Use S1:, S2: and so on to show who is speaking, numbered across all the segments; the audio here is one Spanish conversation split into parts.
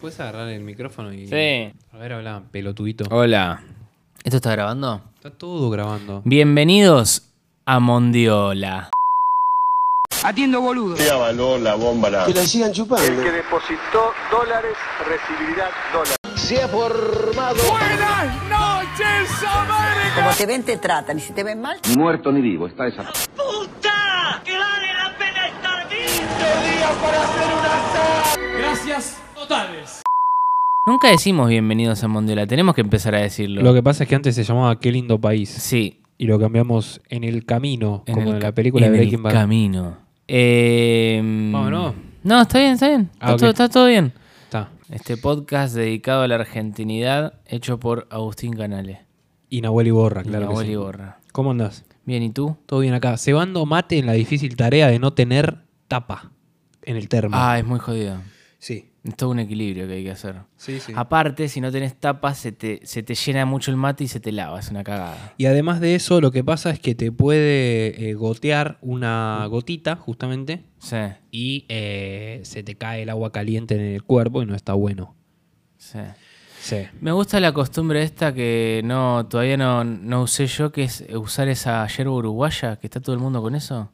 S1: ¿Puedes agarrar el micrófono y.
S2: Sí.
S1: A ver, habla, pelotudito.
S2: Hola. ¿Esto está grabando?
S1: Está todo grabando.
S2: Bienvenidos a Mondiola.
S3: Atiendo boludo.
S4: avaló la bomba la...
S5: Que la sigan chupando.
S6: que depositó dólares recibirá dólares.
S5: Se ha formado.
S7: Como te ven, te tratan. Y si te ven mal,
S2: Nunca decimos bienvenidos a Mondiola, tenemos que empezar a decirlo.
S1: Lo que pasa es que antes se llamaba Qué lindo país.
S2: Sí,
S1: Y lo cambiamos en el camino,
S2: en
S1: como
S2: el
S1: en
S2: ca-
S1: la película
S2: en
S1: de
S2: el
S1: Breaking Bad.
S2: camino. Eh,
S1: Vámonos.
S2: No, está bien, está bien.
S1: Ah,
S2: está,
S1: ok.
S2: todo, está todo bien.
S1: Está.
S2: Este podcast dedicado a la argentinidad, hecho por Agustín Canales.
S1: Y Nahuel Iborra,
S2: y
S1: Ah, claro. que
S2: Nahuel
S1: sí.
S2: Iborra.
S1: ¿Cómo andás?
S2: Bien, ¿y tú?
S1: Todo bien acá. Cebando mate en la difícil tarea de no tener tapa en el termo.
S2: Ah, es muy jodido.
S1: Sí.
S2: Es todo un equilibrio que hay que hacer.
S1: Sí, sí.
S2: Aparte, si no tenés tapa, se te, se te llena mucho el mate y se te lava. Es una cagada.
S1: Y además de eso, lo que pasa es que te puede eh, gotear una gotita, justamente,
S2: Sí,
S1: y eh, se te cae el agua caliente en el cuerpo y no está bueno.
S2: sí.
S1: Sí.
S2: Me gusta la costumbre esta que no todavía no, no usé yo, que es usar esa yerba uruguaya, que está todo el mundo con eso.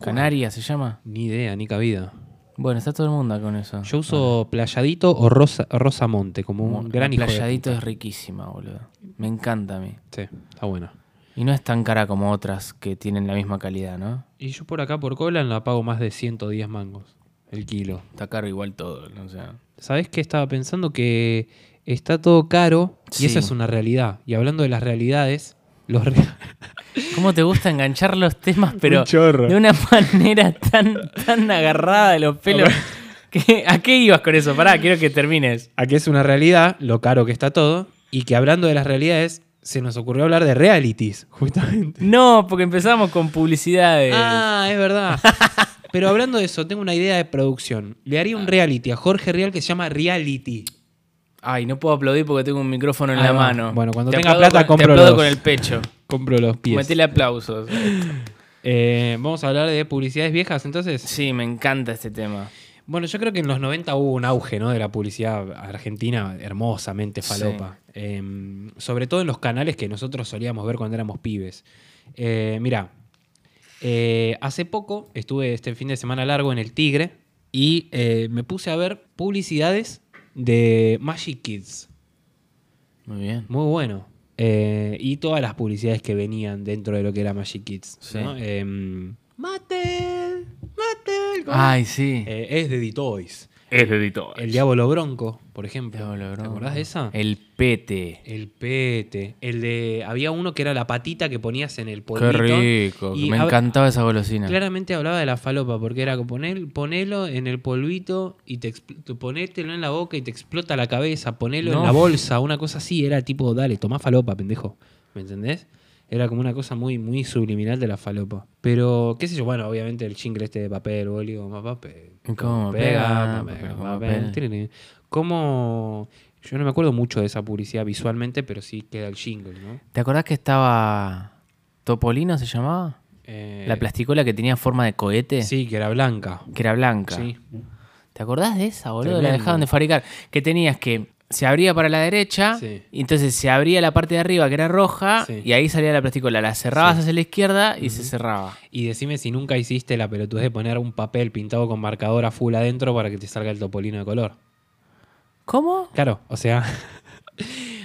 S2: Canaria se llama.
S1: Ni idea, ni cabida.
S2: Bueno, está todo el mundo con eso.
S1: Yo uso playadito o rosa, rosamonte, como
S2: Bueno,
S1: un
S2: la
S1: gran hijo de
S2: playadito es riquísima, boludo. Me encanta a mí.
S1: puta. Sí, está bueno.
S2: Y no es tan cara como otras que tienen la misma calidad, ¿no?
S1: Y yo por acá, por Coblan, la pago más de 110 mangos el kilo.
S2: Está caro igual todo, o sea.
S1: ¿Sabés qué estaba pensando? Que está todo caro y
S2: Sí.
S1: esa es una realidad. Y hablando de las realidades, los... re-
S2: ¿Cómo te gusta enganchar los temas, pero
S1: chorro.
S2: de una manera tan, tan agarrada de los pelos? ¿Qué- ¿A qué ibas con eso? Pará, quiero que termines.
S1: Aquí es una realidad, lo caro que está todo, y que hablando de las realidades, se nos ocurrió hablar de realities, justamente.
S2: No, porque empezamos con publicidades.
S1: Ah, es verdad. Pero hablando de eso, tengo una idea de producción. Le haría un reality a Jorge Real que se llama Reality.
S2: Ay, no puedo aplaudir porque tengo un micrófono en
S1: Ahí
S2: la
S1: va.
S2: mano.
S1: Bueno, cuando tenga
S2: aplaudo
S1: plata,
S2: con-
S1: compro
S2: Te aplaudo
S1: los-
S2: con el pecho.
S1: Compro los
S2: Metele aplausos.
S1: Eh, vamos a hablar de publicidades viejas, entonces.
S2: Sí, me encanta este tema.
S1: Bueno, yo creo que en los 90 hubo un auge, ¿no? De la publicidad argentina hermosamente falopa. Eh, sobre todo en los canales que nosotros solíamos ver cuando éramos pibes. Eh, mirá, eh, hace poco estuve este fin de semana largo en el Tigre y eh, me puse a ver publicidades de Magic Kids.
S2: Muy bien.
S1: Muy bueno. Eh, y todas las publicidades que venían dentro de lo que era Magic Kids.
S2: Sí.
S1: ¿no? Eh, Mattel, Mattel. ¿cómo?
S2: Ay, sí.
S1: Eh, es de Ditoys.
S2: es de todo.
S1: El Diablo Bronco, por ejemplo.
S2: Diablo, Eh. bro.
S1: ¿Te acordás de esa? El,
S2: El pete.
S1: pete. El de. Había uno que era la patita que ponías en el
S2: Qué
S1: polvito.
S2: rico.
S1: Y
S2: Me
S1: hab-
S2: encantaba esa golosina.
S1: Claramente hablaba de la falopa, porque era como poner, ponelo en el polvito y te expl- tú ponételo en la boca y te explota la cabeza, ponelo
S2: No.
S1: en la bolsa, una cosa así, era tipo, dale, tomá falopa, pendejo. ¿Me entendés? Era como una cosa muy, muy subliminal de la falopa. Pero, qué sé yo, bueno, obviamente el chingle este de papel, bólido, más papel.
S2: ¿Cómo pega?
S1: Pega,
S2: Papel,
S1: papel,
S2: papel.
S1: papel. Tirirín. ¿Cómo? Yo no me acuerdo mucho de esa publicidad visualmente, pero sí queda el jingle, ¿no?
S2: ¿Te acordás que estaba. Topolino se llamaba?
S1: Eh,
S2: La plasticola que tenía forma de cohete.
S1: Sí, que era blanca.
S2: Que era blanca.
S1: Sí.
S2: ¿Te acordás de esa, boludo? La
S1: Tremendo.
S2: dejaban de fabricar. Que tenías que. Se abría para la derecha,
S1: Sí.
S2: y entonces se abría la parte de arriba que era roja,
S1: Sí.
S2: y ahí salía la plasticola. La cerrabas hacia la izquierda y se cerraba.
S1: Y decime si nunca hiciste la pelotudez de poner un papel pintado con marcador a full adentro para que te salga el topolino de color.
S2: ¿Cómo?
S1: Claro, o sea,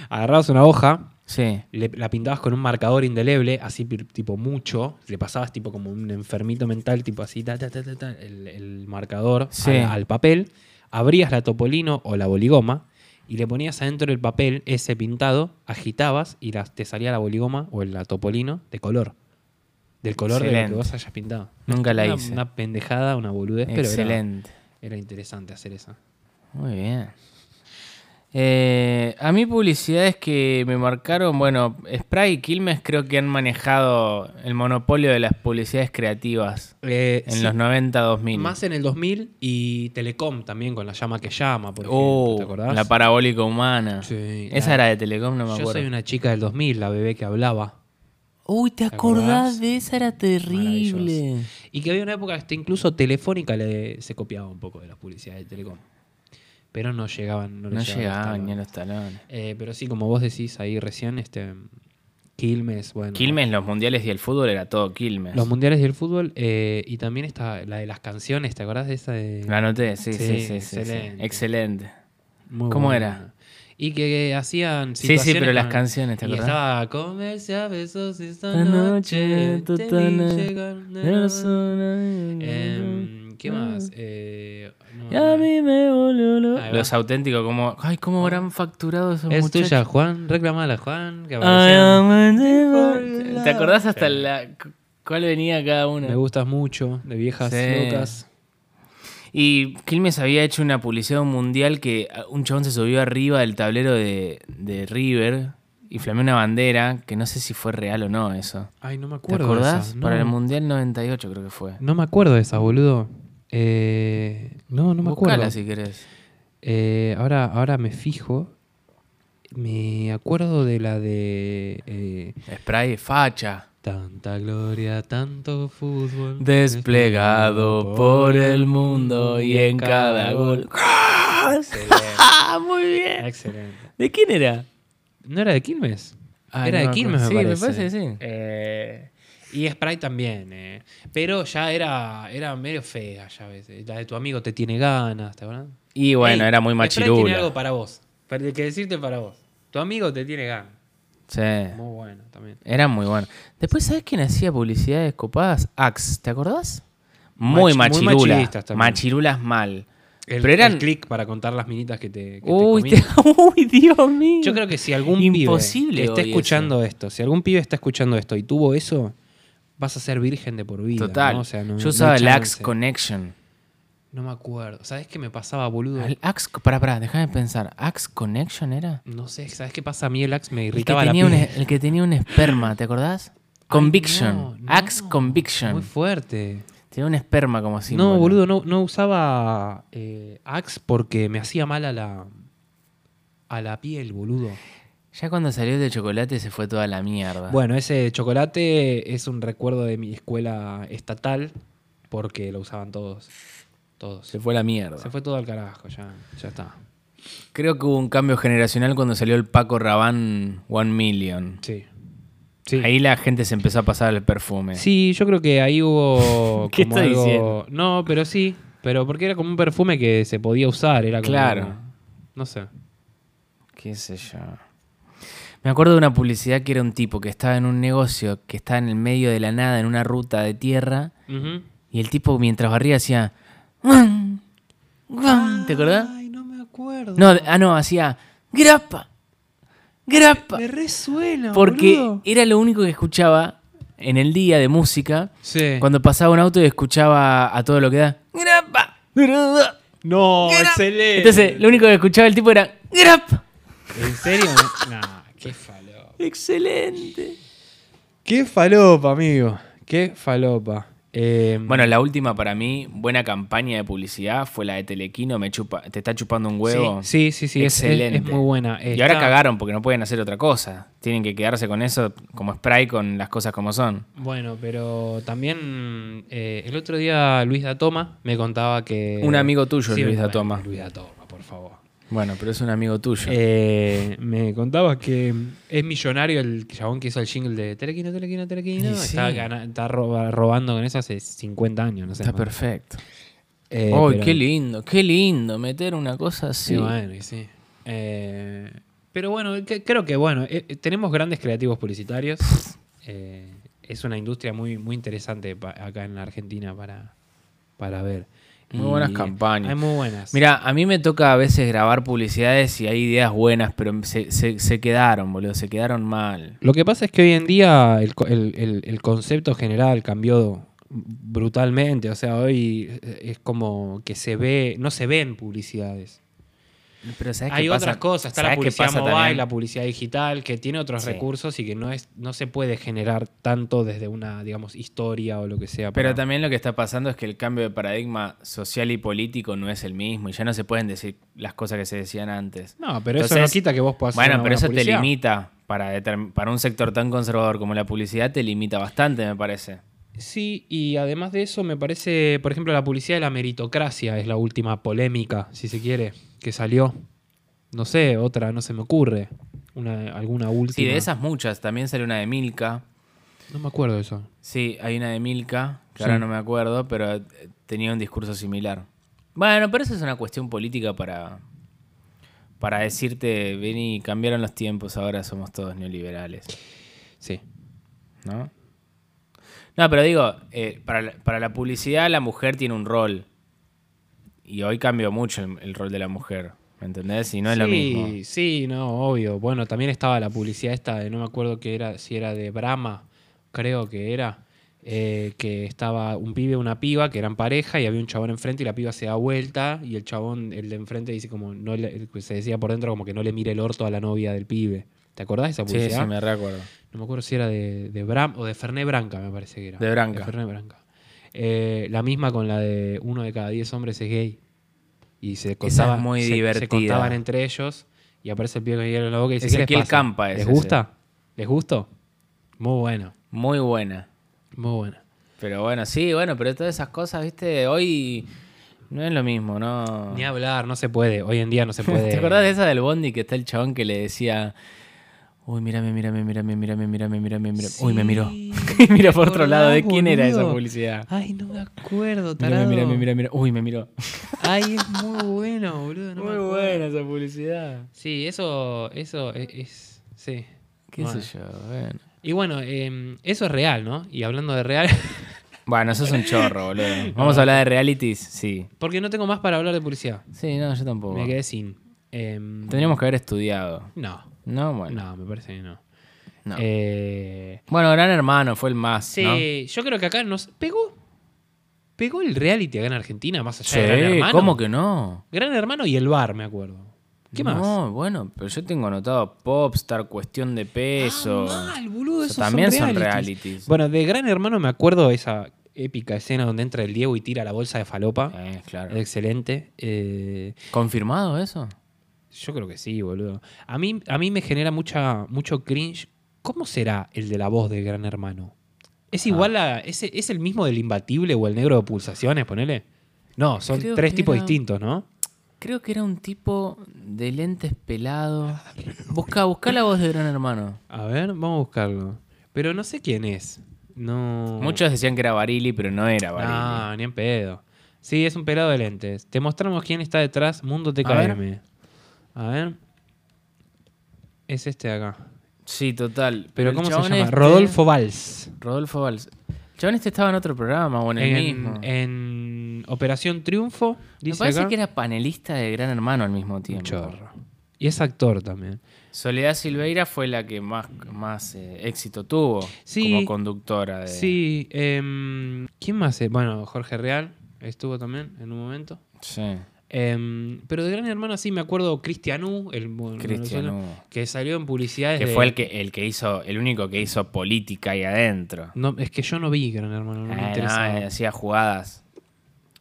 S1: agarrabas una hoja,
S2: Sí.
S1: le- la pintabas con un marcador indeleble, así pi- tipo mucho, le pasabas tipo como un enfermito mental, tipo así, ta, ta, ta, ta, ta, el, el marcador
S2: Sí.
S1: al, al papel, abrías la topolino o la boligoma y le ponías adentro el papel ese pintado, agitabas y las- te salía la boligoma o la topolino de color. Del color de lo
S2: Excelente.
S1: que vos hayas pintado.
S2: Nunca la
S1: Una-
S2: hice.
S1: Una pendejada, una boludez, pero era,
S2: Excelente.
S1: era interesante hacer esa.
S2: Muy bien. Eh, a mí publicidades que me marcaron, bueno, Spray y Quilmes creo que han manejado el monopolio de las publicidades creativas
S1: Eh,
S2: en
S1: sí,
S2: los 90-2000.
S1: Más en el 2000 y Telecom también con la llama que llama, por ejemplo,
S2: Oh,
S1: ¿te acordás?
S2: la parabólica humana.
S1: Sí,
S2: Esa
S1: la-
S2: era de Telecom, no me
S1: Yo
S2: acuerdo.
S1: soy una chica del 2000, la bebé que hablaba.
S2: Uy, ¿te
S1: acordás?
S2: acordás de esa? Era terrible.
S1: Maravilloso. Y que había una época hasta incluso Telefónica le, se copiaba un poco de las publicidades de Telecom. pero no llegaban. No,
S2: No,
S1: les
S2: llegaban
S1: hasta
S2: ni a
S1: lo-
S2: los talones.
S1: Eh, pero sí, como vos decís ahí recién, este Quilmes, bueno.
S2: Quilmes, los mundiales y el fútbol era todo Quilmes.
S1: Los mundiales del fútbol eh, y también está la de las canciones, ¿te acordás de esa? De...
S2: Lo anoté, sí, sí,
S1: Sí,
S2: sí. sí, sí. excelente.
S1: excelente. Muy
S2: ¿Cómo
S1: buena.
S2: era?
S1: Y que, que hacían
S2: Sí, sí,
S1: situaciones
S2: pero las
S1: con-
S2: canciones,
S1: y
S2: ¿te acordás?
S1: estaba comerse a besos esta
S2: Esta
S1: noche,
S2: noche,
S1: te vi
S2: totana,
S1: llegar de
S2: de la
S1: la-
S2: zona de-
S1: Em, ¿Qué más? Eh, no,
S2: Y a mí me voló lo-
S1: Ahí va.
S2: Los auténticos, como. Ay, cómo habrán facturado esos
S1: es
S2: muchachos.
S1: tuya, Juan. Reclamala, Juan. Que
S2: I
S1: aparecían.
S2: am a
S1: for
S2: devil.
S1: love.
S2: ¿Te acordás hasta
S1: Sí.
S2: la cu- cuál venía cada una?
S1: Me gustas mucho, de viejas
S2: Sí.
S1: locas.
S2: Y Quilmes había hecho una publicidad de un mundial que ah, un chabón se subió arriba del tablero de, de River y flameó una bandera, que no sé si fue real o no eso.
S1: Ay, no me
S2: ¿Te
S1: acuerdo. de
S2: acordás?
S1: esa,
S2: Para el
S1: no.
S2: mundial 98 creo que fue.
S1: No me acuerdo de esas, boludo. Eh, no, no me
S2: Buscala
S1: acuerdo.
S2: si querés.
S1: Eh, ahora, ahora me fijo. Me acuerdo de la de. eh,
S2: Spray de facha.
S1: Tanta gloria, tanto fútbol.
S2: Desplegado por el mundo y en cada gol. ¡Ah, muy bien!
S1: Excelente.
S2: ¿De quién era?
S1: ¿No era de Quilmes?
S2: Ah,
S1: era
S2: no
S1: de
S2: me
S1: Quilmes, me
S2: acuerdo.
S1: parece.
S2: Sí, me parece que sí.
S1: Eh, y Sprite también. eh. Pero ya era, era medio fea ya a veces. La de tu amigo te tiene ganas, ¿te acuerdas?
S2: Y bueno,
S1: Ey,
S2: era muy
S1: Sprite tiene algo
S2: machirula.
S1: para vos. Para que decirte para vos. Tu amigo te tiene ganas.
S2: Sí.
S1: Muy bueno también.
S2: Era muy bueno. Después, ¿sabes quién hacía publicidades copadas? Axe, ¿te acordás? Muy
S1: Mach- muy
S2: machirula.
S1: machistas también.
S2: machirulas mal.
S1: El,
S2: Pero eran.
S1: el click para contar las minitas que te, que te
S2: Uy,
S1: comías.
S2: te- uy, Dios mío.
S1: Yo creo que si algún
S2: Imposible
S1: pibe que está
S2: hoy
S1: escuchando esto, si algún pibe está escuchando esto y tuvo eso, vas a ser virgen de por vida.
S2: Total.
S1: ¿no? O sea, no-
S2: Yo
S1: no
S2: usaba
S1: hay
S2: el Axe
S1: chance.
S2: Connection.
S1: No me acuerdo. ¿Sabes qué me pasaba, boludo?
S2: El Axe. Pará, pará, déjame pensar. ¿Axe Connection era?
S1: No sé, ¿sabes qué pasa? A mí el Axe me
S2: El que,
S1: irritaba la
S2: tenía un,
S1: piel.
S2: el que tenía un esperma, ¿te acordás? Conviction.
S1: no,
S2: Axe
S1: no.
S2: Conviction.
S1: Muy fuerte.
S2: Tenía un esperma como así.
S1: no, boludo, no, no usaba eh, Axe porque me hacía mal a la, a la piel, boludo.
S2: Ya cuando salió el de chocolate se fue toda la mierda.
S1: Bueno, ese chocolate es un recuerdo de mi escuela estatal porque lo usaban todos. Todos.
S2: se fue la mierda.
S1: Se fue todo al carajo, ya, ya está.
S2: Creo que hubo un cambio generacional cuando salió el Paco Rabanne One Million.
S1: Sí. Sí.
S2: Ahí la gente se empezó a pasar el perfume.
S1: Sí, yo creo que ahí hubo.
S2: ¿Qué
S1: como
S2: está
S1: algo-
S2: diciendo?
S1: No, pero sí. Pero porque era como un perfume que se podía usar, era como-
S2: Claro.
S1: No sé.
S2: Qué sé yo. Me acuerdo de una publicidad que era un tipo que estaba en un negocio que estaba en el medio de la nada, en una ruta de tierra.
S1: Ujú.
S2: Y el tipo mientras barría hacía... "Guan, guan", ¿Te acordás?
S1: Ay, no me acuerdo.
S2: No, ah, no, hacía grapa, grapa.
S1: Me resuena.
S2: Porque
S1: boludo.
S2: era lo único que escuchaba en el día de música.
S1: Sí.
S2: Cuando pasaba un auto y escuchaba a todo lo que da. Grapa, Oh, grapa.
S1: No, excelente.
S2: Entonces, lo único que escuchaba el tipo era grapa.
S1: ¿En serio? nah, qué falopa.
S2: Excelente.
S1: Qué falopa, amigo. Qué falopa. Eh,
S2: Bueno, la última para mí, buena campaña de publicidad, fue la de Telequino, me chupa, te está chupando un huevo.
S1: Sí, sí, sí, sí, es- es-
S2: Excelente.
S1: Es, muy buena.
S2: Y ahora
S1: Está-
S2: cagaron porque no pueden hacer otra cosa. Tienen que quedarse con eso como spray con las cosas como son.
S1: Bueno, pero también eh, el otro día Luis da Toma me contaba que.
S2: Un amigo tuyo, Luis da
S1: bueno,
S2: Toma.
S1: Luis da Toma, por favor.
S2: Bueno, pero es un amigo tuyo.
S1: Eh, me contaba que es millonario el chabón que hizo el jingle de Telequino, Telequino, Telequino.
S2: Y sí.
S1: Está, gana- está roba- robando con eso hace 50 años, no sé.
S2: Está
S1: más.
S2: perfecto.
S1: Eh,
S2: ¡Ay,
S1: pero-
S2: qué lindo! ¡Qué lindo! Meter una cosa así.
S1: Sí, bueno, y sí. Eh, pero bueno, que- creo que bueno, eh, eh, tenemos grandes creativos publicitarios. Eh, es una industria muy, muy interesante pa- acá en la Argentina para, para ver.
S2: Muy buenas campañas.
S1: Hay muy buenas.
S2: Mira, a mí me toca a veces grabar publicidades y hay ideas buenas, pero se, se- se quedaron, boludo. Se quedaron mal.
S1: Lo que pasa es que hoy en día el, co- el- el- el concepto general cambió brutalmente. O sea, hoy eh, es como que se ve, no se ven publicidades.
S2: Pero ¿sabés qué
S1: Hay
S2: pasa?
S1: otras cosas, está la
S2: ¿Sabés qué
S1: publicidad
S2: pasa
S1: mobile,
S2: también?
S1: la publicidad digital, que tiene otros
S2: Sí.
S1: recursos y que no es, no se puede generar tanto desde una, digamos, historia o lo que sea.
S2: Pero
S1: para-
S2: también lo que está pasando es que el cambio de paradigma social y político no es el mismo y ya no se pueden decir las cosas que se decían antes.
S1: No, pero eso no quita que vos puedas hacer
S2: Bueno,
S1: una
S2: pero
S1: buena
S2: eso
S1: publicidad.
S2: te limita para, determ- para un sector tan conservador como la publicidad, te limita bastante, me parece.
S1: Sí, y además de eso, me parece, por ejemplo, la publicidad de la meritocracia es la última polémica, si se quiere, que salió. No sé, otra, no se me ocurre. Una, alguna última.
S2: Sí, de esas muchas. También sale una de Milka.
S1: No me acuerdo de eso.
S2: Sí, hay una de Milka,
S1: Sí.
S2: que ahora no me acuerdo, pero eh, tenía un discurso similar. Bueno, pero eso es una cuestión política para, para decirte, vení, cambiaron los tiempos, ahora somos todos neoliberales,
S1: Sí.
S2: ¿no? No, pero digo, eh, para, la, para la publicidad la mujer tiene un rol. Y hoy cambió mucho el, el rol de la mujer, ¿me entendés? Y no es
S1: sí,
S2: lo mismo.
S1: Sí, no, obvio. Bueno, también estaba la publicidad esta, de, no me acuerdo que era, si era de Brahma, creo que era, eh, que estaba un pibe, una piba, que eran pareja y había un chabón enfrente y la piba se da vuelta y el chabón, el de enfrente, dice como, no le- el que se decía por dentro como que no le mire el orto a la novia del pibe. ¿Te acordás de esa
S2: Sí,
S1: publicidad?
S2: sí, me recuerdo.
S1: No me acuerdo si era de, de Bram o de Ferné Branca, me parece que era.
S2: De Branca.
S1: Ferné Branca. Eh, la misma con la de uno de cada diez hombres es gay. Y se contaban,
S2: muy
S1: se- se
S2: divertida.
S1: contaban entre ellos y aparece el pie con hielo en la boca y dice, ¿qué
S2: Ezequiel
S1: les pasa?
S2: Campa es
S1: ¿Les
S2: ese.
S1: gusta? ¿Les gustó? Muy bueno,
S2: Muy buena.
S1: muy bueno.
S2: Pero bueno, sí, bueno, pero todas esas cosas, viste, hoy no es lo mismo, ¿no?
S1: Ni hablar, no se puede. Hoy en día no se puede.
S2: Ah. ¿Te acordás de esa del Bondi que está el chabón que le decía, uy, mírame, mírame, mírame, mírame, mírame, mírame, mírame, uy, me miró. Y mira por otro lado, ¿de quién era esa publicidad?
S1: Ay, no me acuerdo,
S2: Mírame, mírame, mírame, mírame, uy, me miró.
S1: Ay, es muy bueno, boludo.
S2: Muy buena esa publicidad.
S1: Sí, eso, eso e, es, sí.
S2: Qué sé yo, bueno.
S1: Y bueno, eh, eso es real, ¿no? Y hablando de real,
S2: Bueno, eso es un chorro, boludo. Vamos a hablar de realities, sí.
S1: porque no tengo más para hablar de publicidad.
S2: Sí, no, yo tampoco.
S1: Me quedé sin. Em,
S2: Tendríamos que haber estudiado.
S1: no,
S2: No, bueno.
S1: no, me parece que no.
S2: No.
S1: Eh,
S2: Bueno, Gran Hermano fue el más,
S1: sí,
S2: ¿no?
S1: yo creo que acá nos pegó. Pegó el reality acá en Argentina, más allá
S2: Sí,
S1: de Gran Hermano.
S2: ¿cómo que no?
S1: Gran Hermano y el bar, me acuerdo. ¿Qué más?
S2: No, bueno, pero yo tengo anotado Popstar, Cuestión de Peso.
S1: Ah, mal, boludo,
S2: Eso
S1: esos
S2: también son
S1: realities.
S2: realities.
S1: Bueno, de Gran Hermano me acuerdo esa épica escena donde entra el Diego y tira la bolsa de falopa.
S2: Eh, claro.
S1: Excelente. Eh,
S2: ¿Confirmado eso?
S1: Yo creo que sí, boludo. A mí, a mí me genera mucha, mucho cringe. ¿Cómo será el de la voz de Gran Hermano?
S2: Ah.
S1: ¿Es igual a. ¿Es, es el mismo del Imbatible o el negro de pulsaciones, ponele? No, son
S2: Creo
S1: tres
S2: que
S1: tipos
S2: era-
S1: distintos, ¿no?
S2: Creo que era un tipo de lentes pelados. Busca, busca la voz de Gran Hermano.
S1: A ver, vamos a buscarlo. Pero no sé quién es. No.
S2: Muchos decían que era Barili, pero no era Barili.
S1: No, ni en pedo. Sí, es un pelado de lentes. Te mostramos quién está detrás, Mundo TKM. A ver. Es este de acá.
S2: Sí, total.
S1: Pero,
S2: el
S1: ¿cómo se
S2: chabón
S1: llama?
S2: este-
S1: Rodolfo Valls.
S2: Rodolfo Valls. El Chabón este estaba en otro programa o en el mismo.
S1: en Operación Triunfo,
S2: Me
S1: dice
S2: parece
S1: acá,
S2: que era panelista de Gran Hermano al mismo
S1: un
S2: tiempo.
S1: chorro. Y es actor también.
S2: Soledad Silveira fue la que más, más eh, éxito tuvo
S1: Sí.
S2: como conductora de.
S1: Sí, em, ¿quién más? es? Bueno, Jorge Real estuvo también en un momento.
S2: Sí.
S1: Em, pero de Gran Hermano sí me acuerdo Cristianú, el bueno,
S2: Cristian
S1: venezolano,
S2: Hugo.
S1: que salió en publicidades
S2: Que
S1: de-
S2: fue el que, el que hizo, el único que hizo política ahí adentro.
S1: No, es que yo no vi Gran Hermano, no
S2: Ah,
S1: me
S2: no,
S1: interesaba.
S2: eh, hacía jugadas.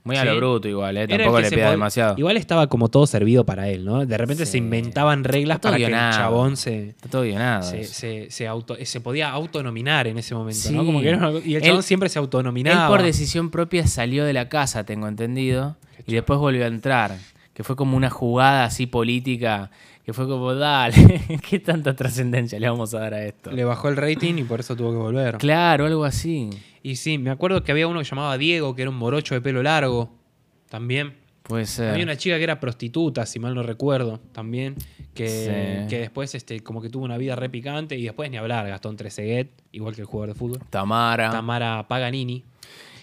S2: Muy a
S1: Sí.
S2: lo bruto igual, eh,
S1: Era el
S2: tampoco
S1: que
S2: le
S1: se
S2: pidas
S1: pod-
S2: demasiado.
S1: Igual estaba como todo servido para él, ¿no? De repente se
S2: Sí.
S1: inventaban reglas
S2: Está todo
S1: para que el
S2: guionado.
S1: chabón se...
S2: Está todo guionado.
S1: se,
S2: eso.
S1: se, se auto, se podía autonominar en ese momento,
S2: Sí.
S1: ¿no? Como que era una- y el chabón
S2: Él-
S1: siempre se autonominaba.
S2: Él por decisión propia salió de la casa, tengo entendido, y después volvió a entrar. Que fue como una jugada así política, que fue como, dale, ¿qué tanta trascendencia le vamos a dar a esto?
S1: Le bajó el rating y por eso tuvo que volver.
S2: Claro, algo así.
S1: Y sí, me acuerdo que había uno que llamaba Diego, que era un morocho de pelo largo, también.
S2: Puede ser.
S1: Había una chica que era prostituta, si mal no recuerdo, también, que,
S2: Sí.
S1: que después este, como que tuvo una vida re picante y después ni hablar, Gastón Treseguet, igual que el jugador de fútbol.
S2: Tamara.
S1: Tamara Paganini.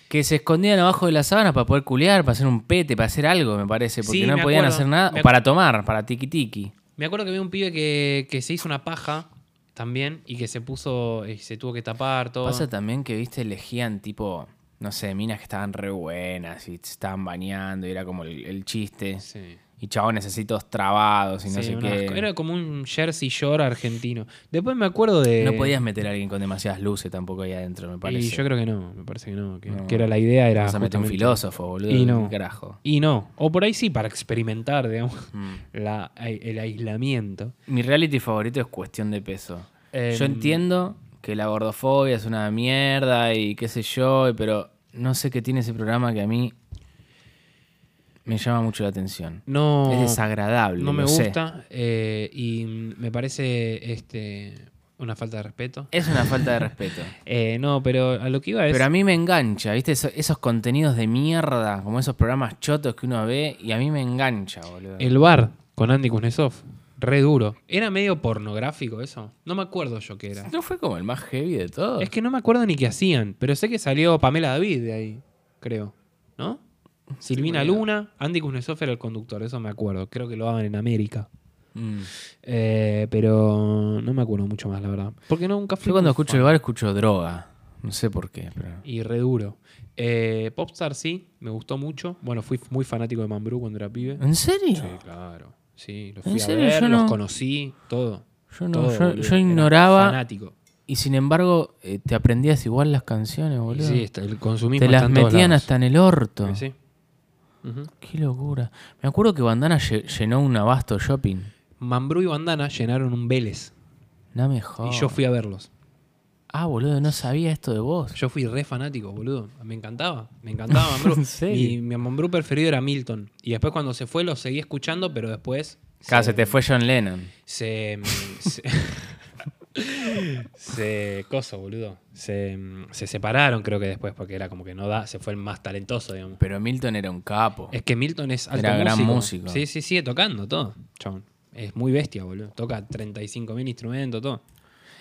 S2: que se escondían abajo de la sábana para poder culear, para hacer un pete, para hacer algo, me parece, porque
S1: Sí,
S2: no
S1: me
S2: podían
S1: acuerdo.
S2: hacer nada.
S1: Me acu-
S2: O para tomar, para tiki tiki.
S1: Me acuerdo que había un pibe que, que se hizo una paja también y que se puso y se tuvo que tapar todo.
S2: Pasa también que, viste, elegían tipo, no sé, minas que estaban re buenas y se estaban bañando y era como el, el chiste.
S1: Sí.
S2: Y chabones así todos trabados y no
S1: Sí,
S2: sé
S1: un
S2: qué.
S1: asco. Era como un Jersey Shore argentino. Después me acuerdo de.
S2: No podías meter a alguien con demasiadas luces tampoco ahí adentro, me parece.
S1: Y yo creo que no, me parece que no. Que,
S2: No.
S1: que era la idea, era.
S2: Vas a meter un
S1: justamente-
S2: filósofo, boludo.
S1: Y no.
S2: ¿qué Carajo.
S1: Y no. O por ahí sí, para experimentar, digamos,
S2: Mm.
S1: la- el aislamiento.
S2: Mi reality favorito es cuestión de peso.
S1: Em,
S2: Yo entiendo que la gordofobia es una mierda y qué sé yo, y- pero no sé qué tiene ese programa que a mí me llama mucho la atención.
S1: No,
S2: es desagradable.
S1: No me
S2: lo sé.
S1: gusta eh, y mm, me parece este, una falta de respeto.
S2: Es una falta de respeto.
S1: Eh, no, pero a lo que iba es...
S2: Pero a mí me engancha, ¿viste? Eso- esos contenidos de mierda, como esos programas chotos que uno ve, y a mí me engancha, boludo.
S1: El bar con Andy Kuznetsov, re duro. ¿Era medio pornográfico eso? No me acuerdo yo qué era.
S2: ¿No fue como el más heavy de todos?
S1: Es que no me acuerdo ni qué hacían, pero sé que salió Pamela David de ahí, creo. ¿No? Silvina Luna, Andy Kuznetsov era el conductor, eso me acuerdo. Creo que lo daban en América.
S2: Mm.
S1: Eh, pero no me acuerdo mucho más, la verdad. Porque nunca fui.
S2: Yo cuando
S1: muy
S2: escucho
S1: fan.
S2: el bar escucho droga. No sé por qué, pero...
S1: Y re duro. Eh, Popstar sí, me gustó mucho. Bueno, fui muy fanático de Mambrú cuando era pibe.
S2: ¿En serio?
S1: Sí, claro. Sí, los
S2: ¿En
S1: fui a
S2: serio?
S1: ver,
S2: Yo
S1: los
S2: no-
S1: conocí, todo.
S2: Yo no,
S1: todo,
S2: yo-
S1: boludo.
S2: yo
S1: Era
S2: ignoraba-
S1: Fanático.
S2: Y sin embargo, eh, te aprendías igual las canciones,
S1: Y
S2: boludo.
S1: Sí, está- el consumismo
S2: te
S1: está
S2: las
S1: en todos
S2: metían
S1: lados.
S2: hasta en el orto.
S1: Sí. Ujú.
S2: Qué locura. Me acuerdo que Bandana lle- llenó un abasto shopping.
S1: Mambrú y Bandana llenaron un Vélez.
S2: No mejor.
S1: Y yo fui a verlos.
S2: Ah, boludo, no sabía esto de vos.
S1: Yo fui re fanático, boludo. Me encantaba. Me encantaba Mambrú.
S2: ¿En serio?
S1: Mi, mi Mambrú preferido era Milton. Y después cuando se fue lo seguí escuchando, pero después...
S2: Claro, se te fue John Lennon.
S1: Se... se se- coso, boludo. Se, se separaron, creo que después, porque era como que no da. Se fue el más talentoso, digamos.
S2: Pero Milton era un capo.
S1: Es que Milton es alto
S2: Era gran
S1: músico.
S2: músico.
S1: Sí, sí, sigue tocando todo. Chabón. Es muy bestia, boludo. Toca 35.000 instrumentos, todo.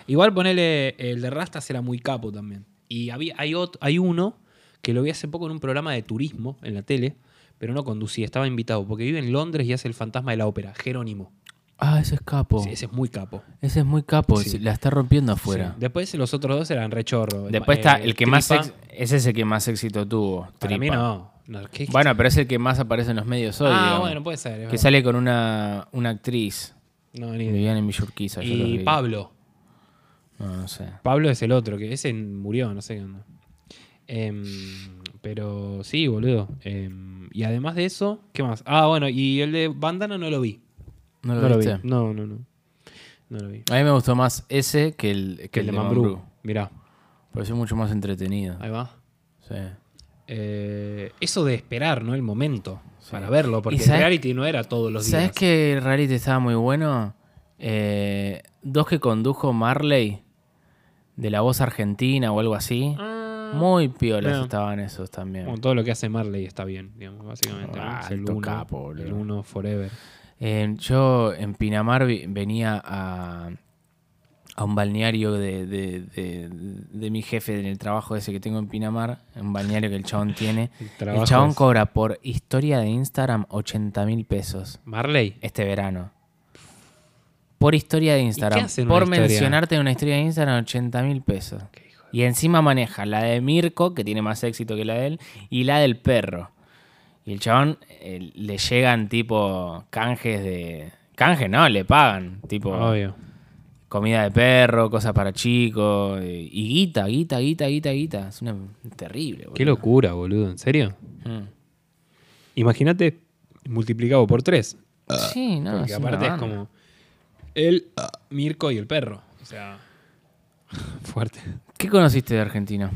S1: Igual ponele el de Rastas era muy capo también. Y había, hay, ot- hay uno que lo vi hace poco en un programa de turismo en la tele, pero no conducía, estaba invitado, porque vive en Londres y hace el fantasma de la ópera, Jerónimo.
S2: Ah, ese es capo.
S1: Sí, ese es muy capo.
S2: Ese es muy capo.
S1: Sí.
S2: La está rompiendo afuera.
S1: Sí. Después los otros dos eran rechorro.
S2: Después está el que más...
S1: Tripa.
S2: ex- Ese es el que más éxito tuvo.
S1: Para mí
S2: Tripa.
S1: no. No, ¿qué-
S2: Bueno, pero es el que más aparece en los medios hoy.
S1: Ah,
S2: digamos.
S1: bueno, puede ser, es
S2: Que
S1: verdad.
S2: sale con una, una actriz.
S1: no, ni idea.
S2: Vivían en Villurquiza. yo los
S1: Y
S2: vi.
S1: Pablo.
S2: No, no sé.
S1: Pablo es el otro, que ese murió, no sé qué onda. Em, pero sí, boludo. Em, y además de eso, ¿qué más? Ah, bueno, y el de Bandana no lo vi.
S2: No lo,
S1: no
S2: viste.
S1: vi. No, no, no. No lo vi.
S2: A mí me gustó más ese que el, que
S1: Que
S2: el de Mambrú.
S1: Mirá,
S2: Pareció mucho más entretenido.
S1: ahí va.
S2: Sí.
S1: Eh, eso de esperar, ¿no? El momento para verlo, porque
S2: ¿Y
S1: el
S2: sabes-
S1: reality no era todos los días.
S2: ¿Sabes qué reality estaba muy bueno? Eh, dos que condujo Marley de La Voz Argentina o algo así. muy piolas
S1: Ah. bueno.
S2: estaban esos también.
S1: Bueno, todo lo que hace Marley está bien, digamos, básicamente. ¿no?
S2: Ah,
S1: Es el
S2: alto
S1: uno,
S2: capo, boludo.
S1: el uno forever.
S2: Eh, yo en Pinamar vi- venía a, a un balneario de, de- de- de mi jefe en el trabajo ese que tengo en Pinamar, un balneario que el chabón tiene.
S1: El
S2: El,
S1: trabajo
S2: chabón
S1: es-
S2: cobra por historia de Instagram 80 mil pesos
S1: Marley.
S2: este verano. Por historia de Instagram.
S1: hace en
S2: por
S1: una historia?
S2: mencionarte en una historia de Instagram 80 mil pesos. Y encima maneja la de Mirko, que tiene más éxito que la de él, y la del perro. Y el chabón eh, le llegan tipo canjes de... Canje no, le pagan. Tipo
S1: Obvio.
S2: comida de perro, cosas para chicos. eh, Y guita, guita, guita, guita, guita. Es una terrible,
S1: Qué
S2: boludo.
S1: locura, boludo, ¿en serio?
S2: Mm.
S1: Imagínate multiplicado por tres.
S2: Sí, no,
S1: Porque
S2: Ah, es una
S1: aparte es
S2: banda.
S1: como el ah, Mirko y el perro. O sea, fuerte.
S2: ¿Qué conociste de Argentina?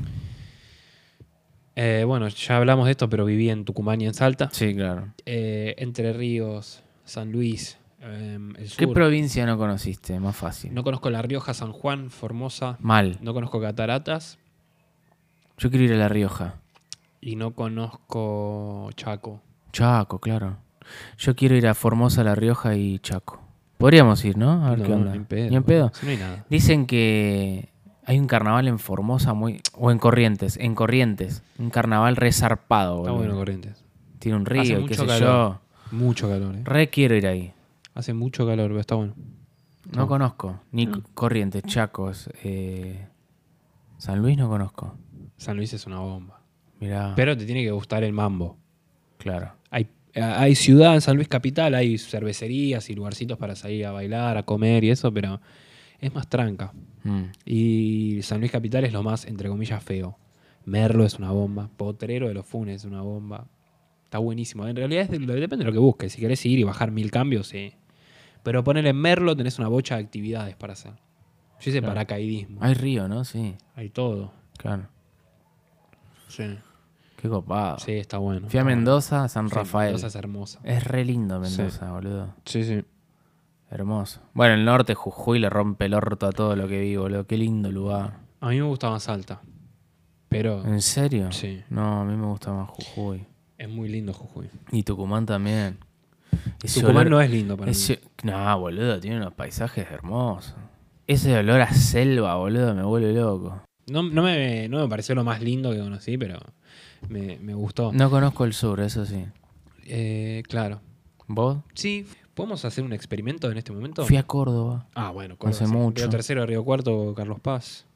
S1: Eh, bueno, ya hablamos de esto, pero viví en Tucumán y en Salta.
S2: Sí, claro.
S1: Eh, Entre Ríos, San Luis, eh, el
S2: ¿Qué
S1: sur.
S2: provincia no conociste? Más fácil.
S1: No conozco La Rioja, San Juan, Formosa.
S2: Mal.
S1: No conozco Cataratas.
S2: Yo quiero ir a La Rioja.
S1: Y no conozco Chaco.
S2: Chaco, claro. Yo quiero ir a Formosa, La Rioja y Chaco. Podríamos ir, ¿no? A ver
S1: No,
S2: qué onda.
S1: ni en pedo,
S2: Ni en pedo.
S1: boludo. No hay nada.
S2: Dicen que hay un carnaval en Formosa muy. O en Corrientes. En Corrientes. Un carnaval resarpado,
S1: Está
S2: boludo.
S1: bueno, Corrientes.
S2: Tiene un
S1: Hace
S2: río, qué
S1: mucho
S2: sé
S1: calor. Mucho calor, eh.
S2: yo. Re quiero ir ahí.
S1: Hace mucho calor, pero está bueno.
S2: No conozco. Ni Corrientes, Chacos. eh, San Luis no conozco.
S1: San Luis es una bomba.
S2: Mirá.
S1: Pero te tiene que gustar el mambo.
S2: claro.
S1: Hay, hay ciudad en San Luis Capital, hay cervecerías y lugarcitos para salir a bailar, a comer y eso, pero es más tranca.
S2: Mm.
S1: Y San Luis Capital es lo más, entre comillas, feo. Merlo es una bomba, Potrero de los Funes es una bomba. Está buenísimo. En realidad es de- depende de lo que busques. Si querés ir y bajar mil cambios, sí. Pero ponerle Merlo tenés una bocha de actividades para hacer. Yo hice
S2: Claro.
S1: paracaidismo.
S2: Hay río, ¿no? Sí.
S1: Hay todo.
S2: Claro.
S1: Sí.
S2: Qué copado.
S1: Sí, está bueno.
S2: Fui a Mendoza, a San
S1: Sí,
S2: Rafael. Eh,
S1: Mendoza es hermosa.
S2: Es re lindo Mendoza, boludo.
S1: Sí, sí.
S2: Hermoso. Bueno, el norte, Jujuy, le rompe el orto a todo lo que vi, boludo. Qué lindo lugar.
S1: A mí me gusta más alta. Pero
S2: ¿En serio?
S1: Sí.
S2: No, a mí me gusta más Jujuy.
S1: es muy lindo Jujuy.
S2: Y Tucumán también. Ese
S1: Tucumán no es lindo para
S2: ese- No, boludo, tiene unos paisajes hermosos. Ese olor a selva, boludo, me vuelve loco.
S1: No, no, me, no me pareció lo más lindo que conocí, pero me, me gustó.
S2: No conozco el sur, eso sí.
S1: Eh, claro.
S2: ¿Vos?
S1: Sí. ¿Podemos hacer un experimento en este momento?
S2: Fui a Córdoba.
S1: Ah, bueno,
S2: Hace
S1: sí.
S2: mucho.
S1: Río Tercero, Río Cuarto, Carlos Paz.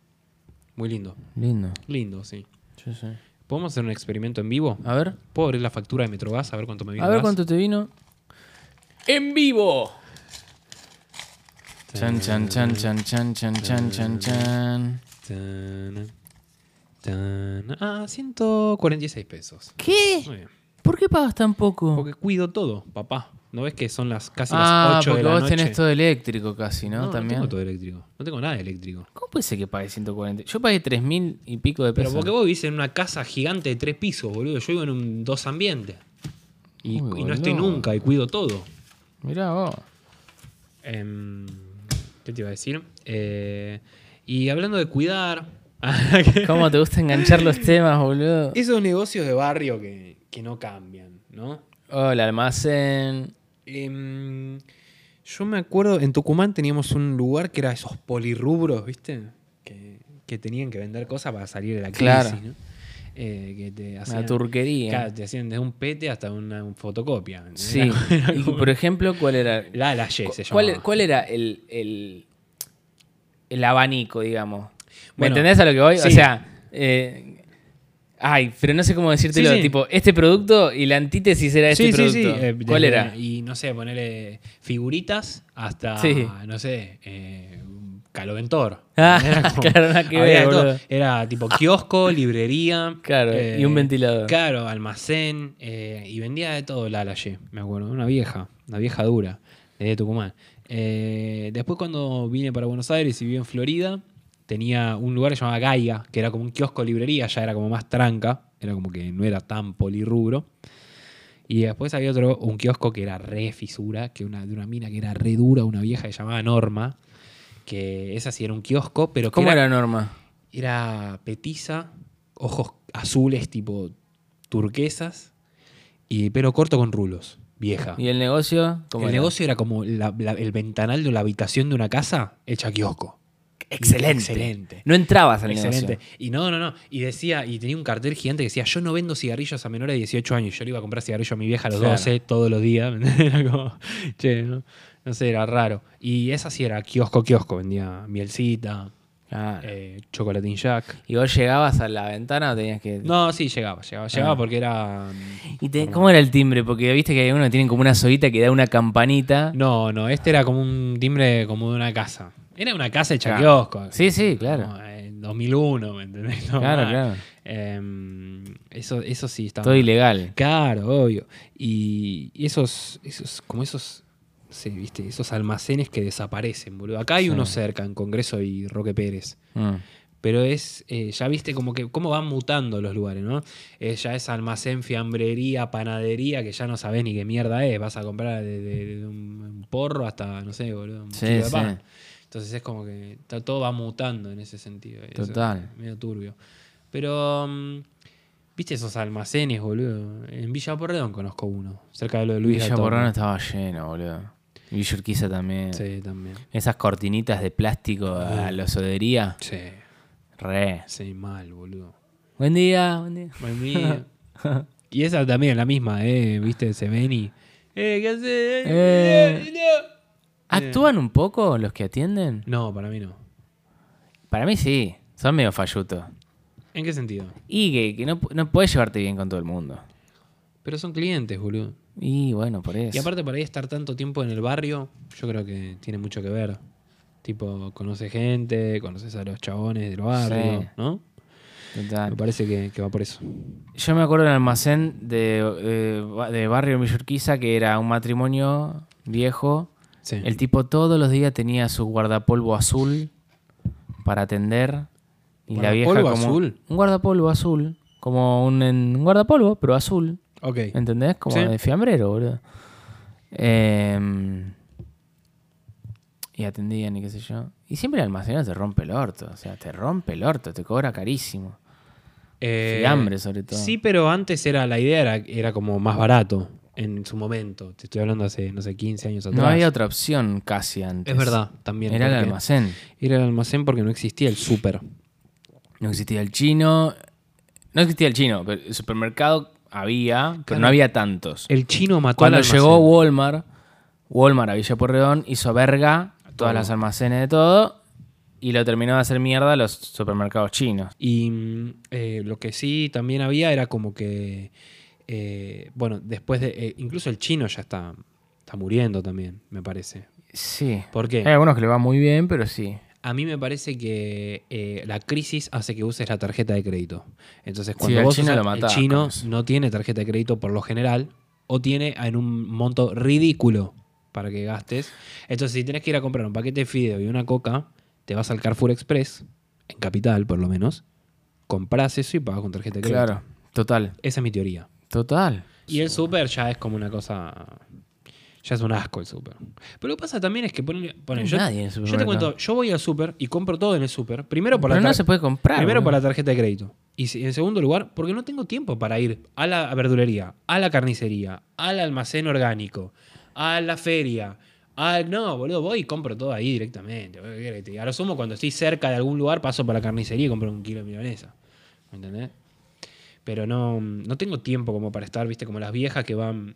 S1: Muy lindo.
S2: Lindo.
S1: Lindo, sí.
S2: Yo sé.
S1: ¿Podemos hacer un experimento en vivo?
S2: A ver.
S1: ¿Puedo abrir la factura de Metrogas a ver cuánto me viene
S2: A ver
S1: el gas?
S2: cuánto te vino. ¡En vivo! Chan, chan, chan, chan, chan, chan, chan, chan, chan.
S1: Tan, tan. Ah, 146 pesos.
S2: ¿Qué?
S1: Muy bien.
S2: ¿Por qué pagas tan poco?
S1: Porque cuido todo, papá. ¿No ves que son las casi
S2: Ah,
S1: las 8
S2: porque
S1: de la
S2: vos
S1: noche?
S2: tenés todo eléctrico casi, ¿no?
S1: no
S2: También.
S1: tengo todo eléctrico. No tengo nada de eléctrico.
S2: ¿Cómo puede ser que pague 140? Yo pagué 3.000 y pico de
S1: Pero
S2: pesos.
S1: porque vos vivís en una casa gigante de tres pisos, boludo. Yo vivo en un dos ambientes. Y,
S2: Uy,
S1: y
S2: boludo.
S1: no estoy nunca y cuido todo.
S2: Mirá vos.
S1: Em, ¿Qué te iba a decir? Eh, y hablando de cuidar.
S2: ¿Cómo te gusta enganchar los temas, boludo?
S1: Esos negocios de barrio que, que no cambian, ¿no?
S2: Oh, el almacén.
S1: Em, yo me acuerdo, en Tucumán teníamos un lugar que era esos polirrubros, ¿viste? Que, que tenían que vender cosas para salir de la crisis,
S2: Claro.
S1: ¿no? Eh, que te hacían,
S2: turquería.
S1: Claro, te hacían desde un pete hasta una un fotocopia. ¿entendés?
S2: Sí.
S1: Era- era
S2: Y,
S1: como-
S2: por ejemplo, ¿cuál era?
S1: la la Ye se
S2: ¿Cuál,
S1: llamaba.
S2: cuál era el, el, el abanico, digamos? ¿Me
S1: Bueno,
S2: entendés a lo que voy?
S1: sí.
S2: O sea, eh, ay, pero no sé cómo decírtelo.
S1: Sí, sí.
S2: Tipo, este producto y la antítesis era este
S1: Sí, sí,
S2: producto.
S1: sí. eh, desde-
S2: ¿Cuál era?
S1: Y no sé, ponerle figuritas hasta,
S2: Sí.
S1: no sé, eh, un caloventor.
S2: Ah,
S1: Era como-
S2: claro, nada que
S1: había
S2: ver,
S1: de todo.
S2: boludo.
S1: Era tipo kiosco, librería. eh,
S2: Claro, y un ventilador.
S1: Claro, almacén. eh, y vendía de todo la Alaye, me acuerdo. Una vieja, una vieja dura, de Tucumán. Eh, después cuando vine para Buenos Aires y viví en Florida, tenía un lugar que se llamaba Gaia, que era como un kiosco librería, ya era como más tranca. Era como que no era tan polirrubro. Y después había otro, un kiosco que era re fisura, que una, de una mina que era re dura, una vieja que se llamaba Norma, que esa sí era un kiosco, pero que
S2: ¿Cómo
S1: era,
S2: era Norma?
S1: era petiza, ojos azules tipo turquesas, y pelo corto con rulos, vieja.
S2: ¿Y el negocio? ¿Cómo
S1: El
S2: era?
S1: negocio era como la- la- el ventanal de la habitación de una casa hecha kiosco.
S2: Excelente.
S1: Excelente.
S2: No entrabas al
S1: Excelente.
S2: negocio.
S1: Y no, no, no. Y decía, y tenía un cartel gigante que decía, yo no vendo cigarrillos a menores de 18 años. Yo le iba a comprar cigarrillos a mi vieja a los
S2: Claro.
S1: 12 todos los días. era como, che, no, no sé, era raro. Y esa sí era kiosco, kiosco. Vendía mielcita,
S2: Claro.
S1: eh, chocolatín jack.
S2: ¿Y vos llegabas a la ventana o tenías que...?
S1: No, sí, llegaba, llegaba, llegaba
S2: Ah.
S1: porque era...
S2: ¿Y te- ¿Cómo era el timbre? Porque viste que hay uno que tiene como una soguita que da una campanita.
S1: No, no, este era como un timbre como de una casa. Era una casa hecha
S2: Claro.
S1: kiosco.
S2: Sí, sí, claro.
S1: Como eh, En 2001, ¿me entendés? No,
S2: Claro,
S1: mal.
S2: claro.
S1: Em, eso, eso sí estaba...
S2: Todo ilegal.
S1: Claro, obvio. Y y esos, esos, como esos, no sé, viste, esos almacenes que desaparecen, boludo. Acá hay
S2: Sí.
S1: uno cerca, en Congreso y Roque Pérez.
S2: Mm.
S1: Pero es, eh, ya viste como que, cómo van mutando los lugares, ¿no? Eh, ya es almacén, fiambrería, panadería, que ya no sabés ni qué mierda es. Vas a comprar de, de- de un, un porro hasta, no sé, boludo, un
S2: Sí,
S1: kilo de
S2: sí.
S1: pan. Entonces es como que to- todo va mutando en ese sentido. Eso
S2: Total.
S1: es medio turbio. Pero, mm, ¿viste esos almacenes, boludo? En Villa Porredón conozco uno, cerca de lo de Luis
S2: Villa
S1: Gatón.
S2: Borrón estaba lleno, boludo. Villa Urquiza también.
S1: Sí, también.
S2: Esas cortinitas de plástico a la sodería.
S1: Sí,
S2: Re.
S1: sí, mal, boludo.
S2: Buen día, buen día.
S1: Buen día. y esa también, la misma, ¿eh? ¿Viste? Se ven y. "Eh, ¿qué haces?
S2: Eh.
S1: No.
S2: ¿Actúan un poco los que atienden?
S1: No, para mí no.
S2: Para mí sí. Son medio fallutos.
S1: ¿En qué sentido?
S2: Y que, que no, no puedes llevarte bien con todo el mundo.
S1: Pero son clientes, boludo.
S2: Y bueno, por eso.
S1: Y aparte, para ahí estar tanto tiempo en el barrio, yo creo que tiene mucho que ver. Tipo, conoces gente, conoces a los chabones del barrio,
S2: Sí. Ah.
S1: ¿no?
S2: Total.
S1: Me parece que, que va por eso.
S2: Yo me acuerdo del almacén de, eh, ba- de barrio Villurquiza que era un matrimonio viejo.
S1: Sí.
S2: El tipo todos los días tenía su guardapolvo azul, para atender. Y la vieja
S1: ¿Guardapolvo
S2: como.
S1: azul?
S2: Un guardapolvo azul. Como un, en- un guardapolvo, pero azul.
S1: Ok.
S2: ¿Entendés? Como
S1: Sí.
S2: de fiambrero, boludo. Em, y atendían y qué sé yo. Y siempre el almacenero te rompe el orto. O sea, te rompe el orto, te cobra carísimo.
S1: Eh,
S2: Fiambre, sobre todo.
S1: Sí, pero antes era la idea era, era como más barato en su momento. Te estoy hablando hace, no sé, 15 años atrás.
S2: No había otra opción casi antes.
S1: Es verdad, también.
S2: Era el
S1: porque-
S2: almacén.
S1: Era el almacén porque no existía el súper.
S2: No existía el chino. No existía el chino, pero el supermercado había, pero no había tantos.
S1: El chino mató
S2: Cuando
S1: al almacén.
S2: llegó Walmart, Walmart a Villa Porredón hizo verga
S1: todo.
S2: todas las almacenes de todo y lo terminó de hacer mierda a los supermercados chinos.
S1: Y mm, eh, lo que sí también había era como que, eh, bueno, después de, eh, incluso el chino ya está, está muriendo también, me parece.
S2: Sí.
S1: ¿Por qué?
S2: Hay algunos que le va muy bien, pero sí.
S1: A mí me parece que eh, la crisis hace que uses la tarjeta de crédito. Entonces,
S2: Sí,
S1: cuando
S2: al
S1: vos
S2: chino
S1: usas-
S2: lo matás
S1: el chino
S2: con eso.
S1: no tiene tarjeta de crédito por lo general o tiene en un monto ridículo para que gastes. Entonces, si tenés que ir a comprar un paquete de fideo y una coca, te vas al Carrefour Express, en capital por lo menos, compras eso y pagas con tarjeta de crédito.
S2: Claro. Total.
S1: Esa es mi teoría.
S2: Total.
S1: Y el súper ya es como una cosa. Ya es un asco el súper. Pero lo que pasa también es que ponele- ponele,
S2: No hay
S1: yo,
S2: nadie en el
S1: yo te
S2: supermercado.
S1: cuento, yo voy al súper y compro todo en el súper. Primero por
S2: Pero
S1: la
S2: no
S1: tar-
S2: se puede comprar.
S1: Primero por
S2: boludo.
S1: la tarjeta de crédito. Y si- en segundo lugar, porque no tengo tiempo para ir a la verdulería, a la carnicería, al almacén orgánico, a la feria. al- no, boludo, voy y compro todo ahí directamente. ¿Qué querés que te diga? A lo sumo, cuando estoy cerca de algún lugar, paso por la carnicería y compro un kilo de milanesa. ¿Me entendés? Pero no, no tengo tiempo como para estar, viste, como las viejas que van,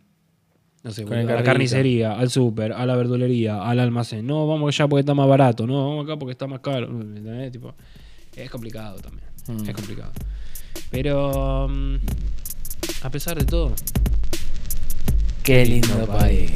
S1: no sé,
S2: Con el
S1: boludo, a la
S2: carrito.
S1: carnicería, al súper, a la verdulería, al almacén. No, vamos allá porque está más barato. No, vamos acá porque está más caro. ¿Me entendés? Tipo, es complicado también.
S2: Mm.
S1: Es complicado. Pero, mm, a pesar de todo,
S2: Qué lindo país.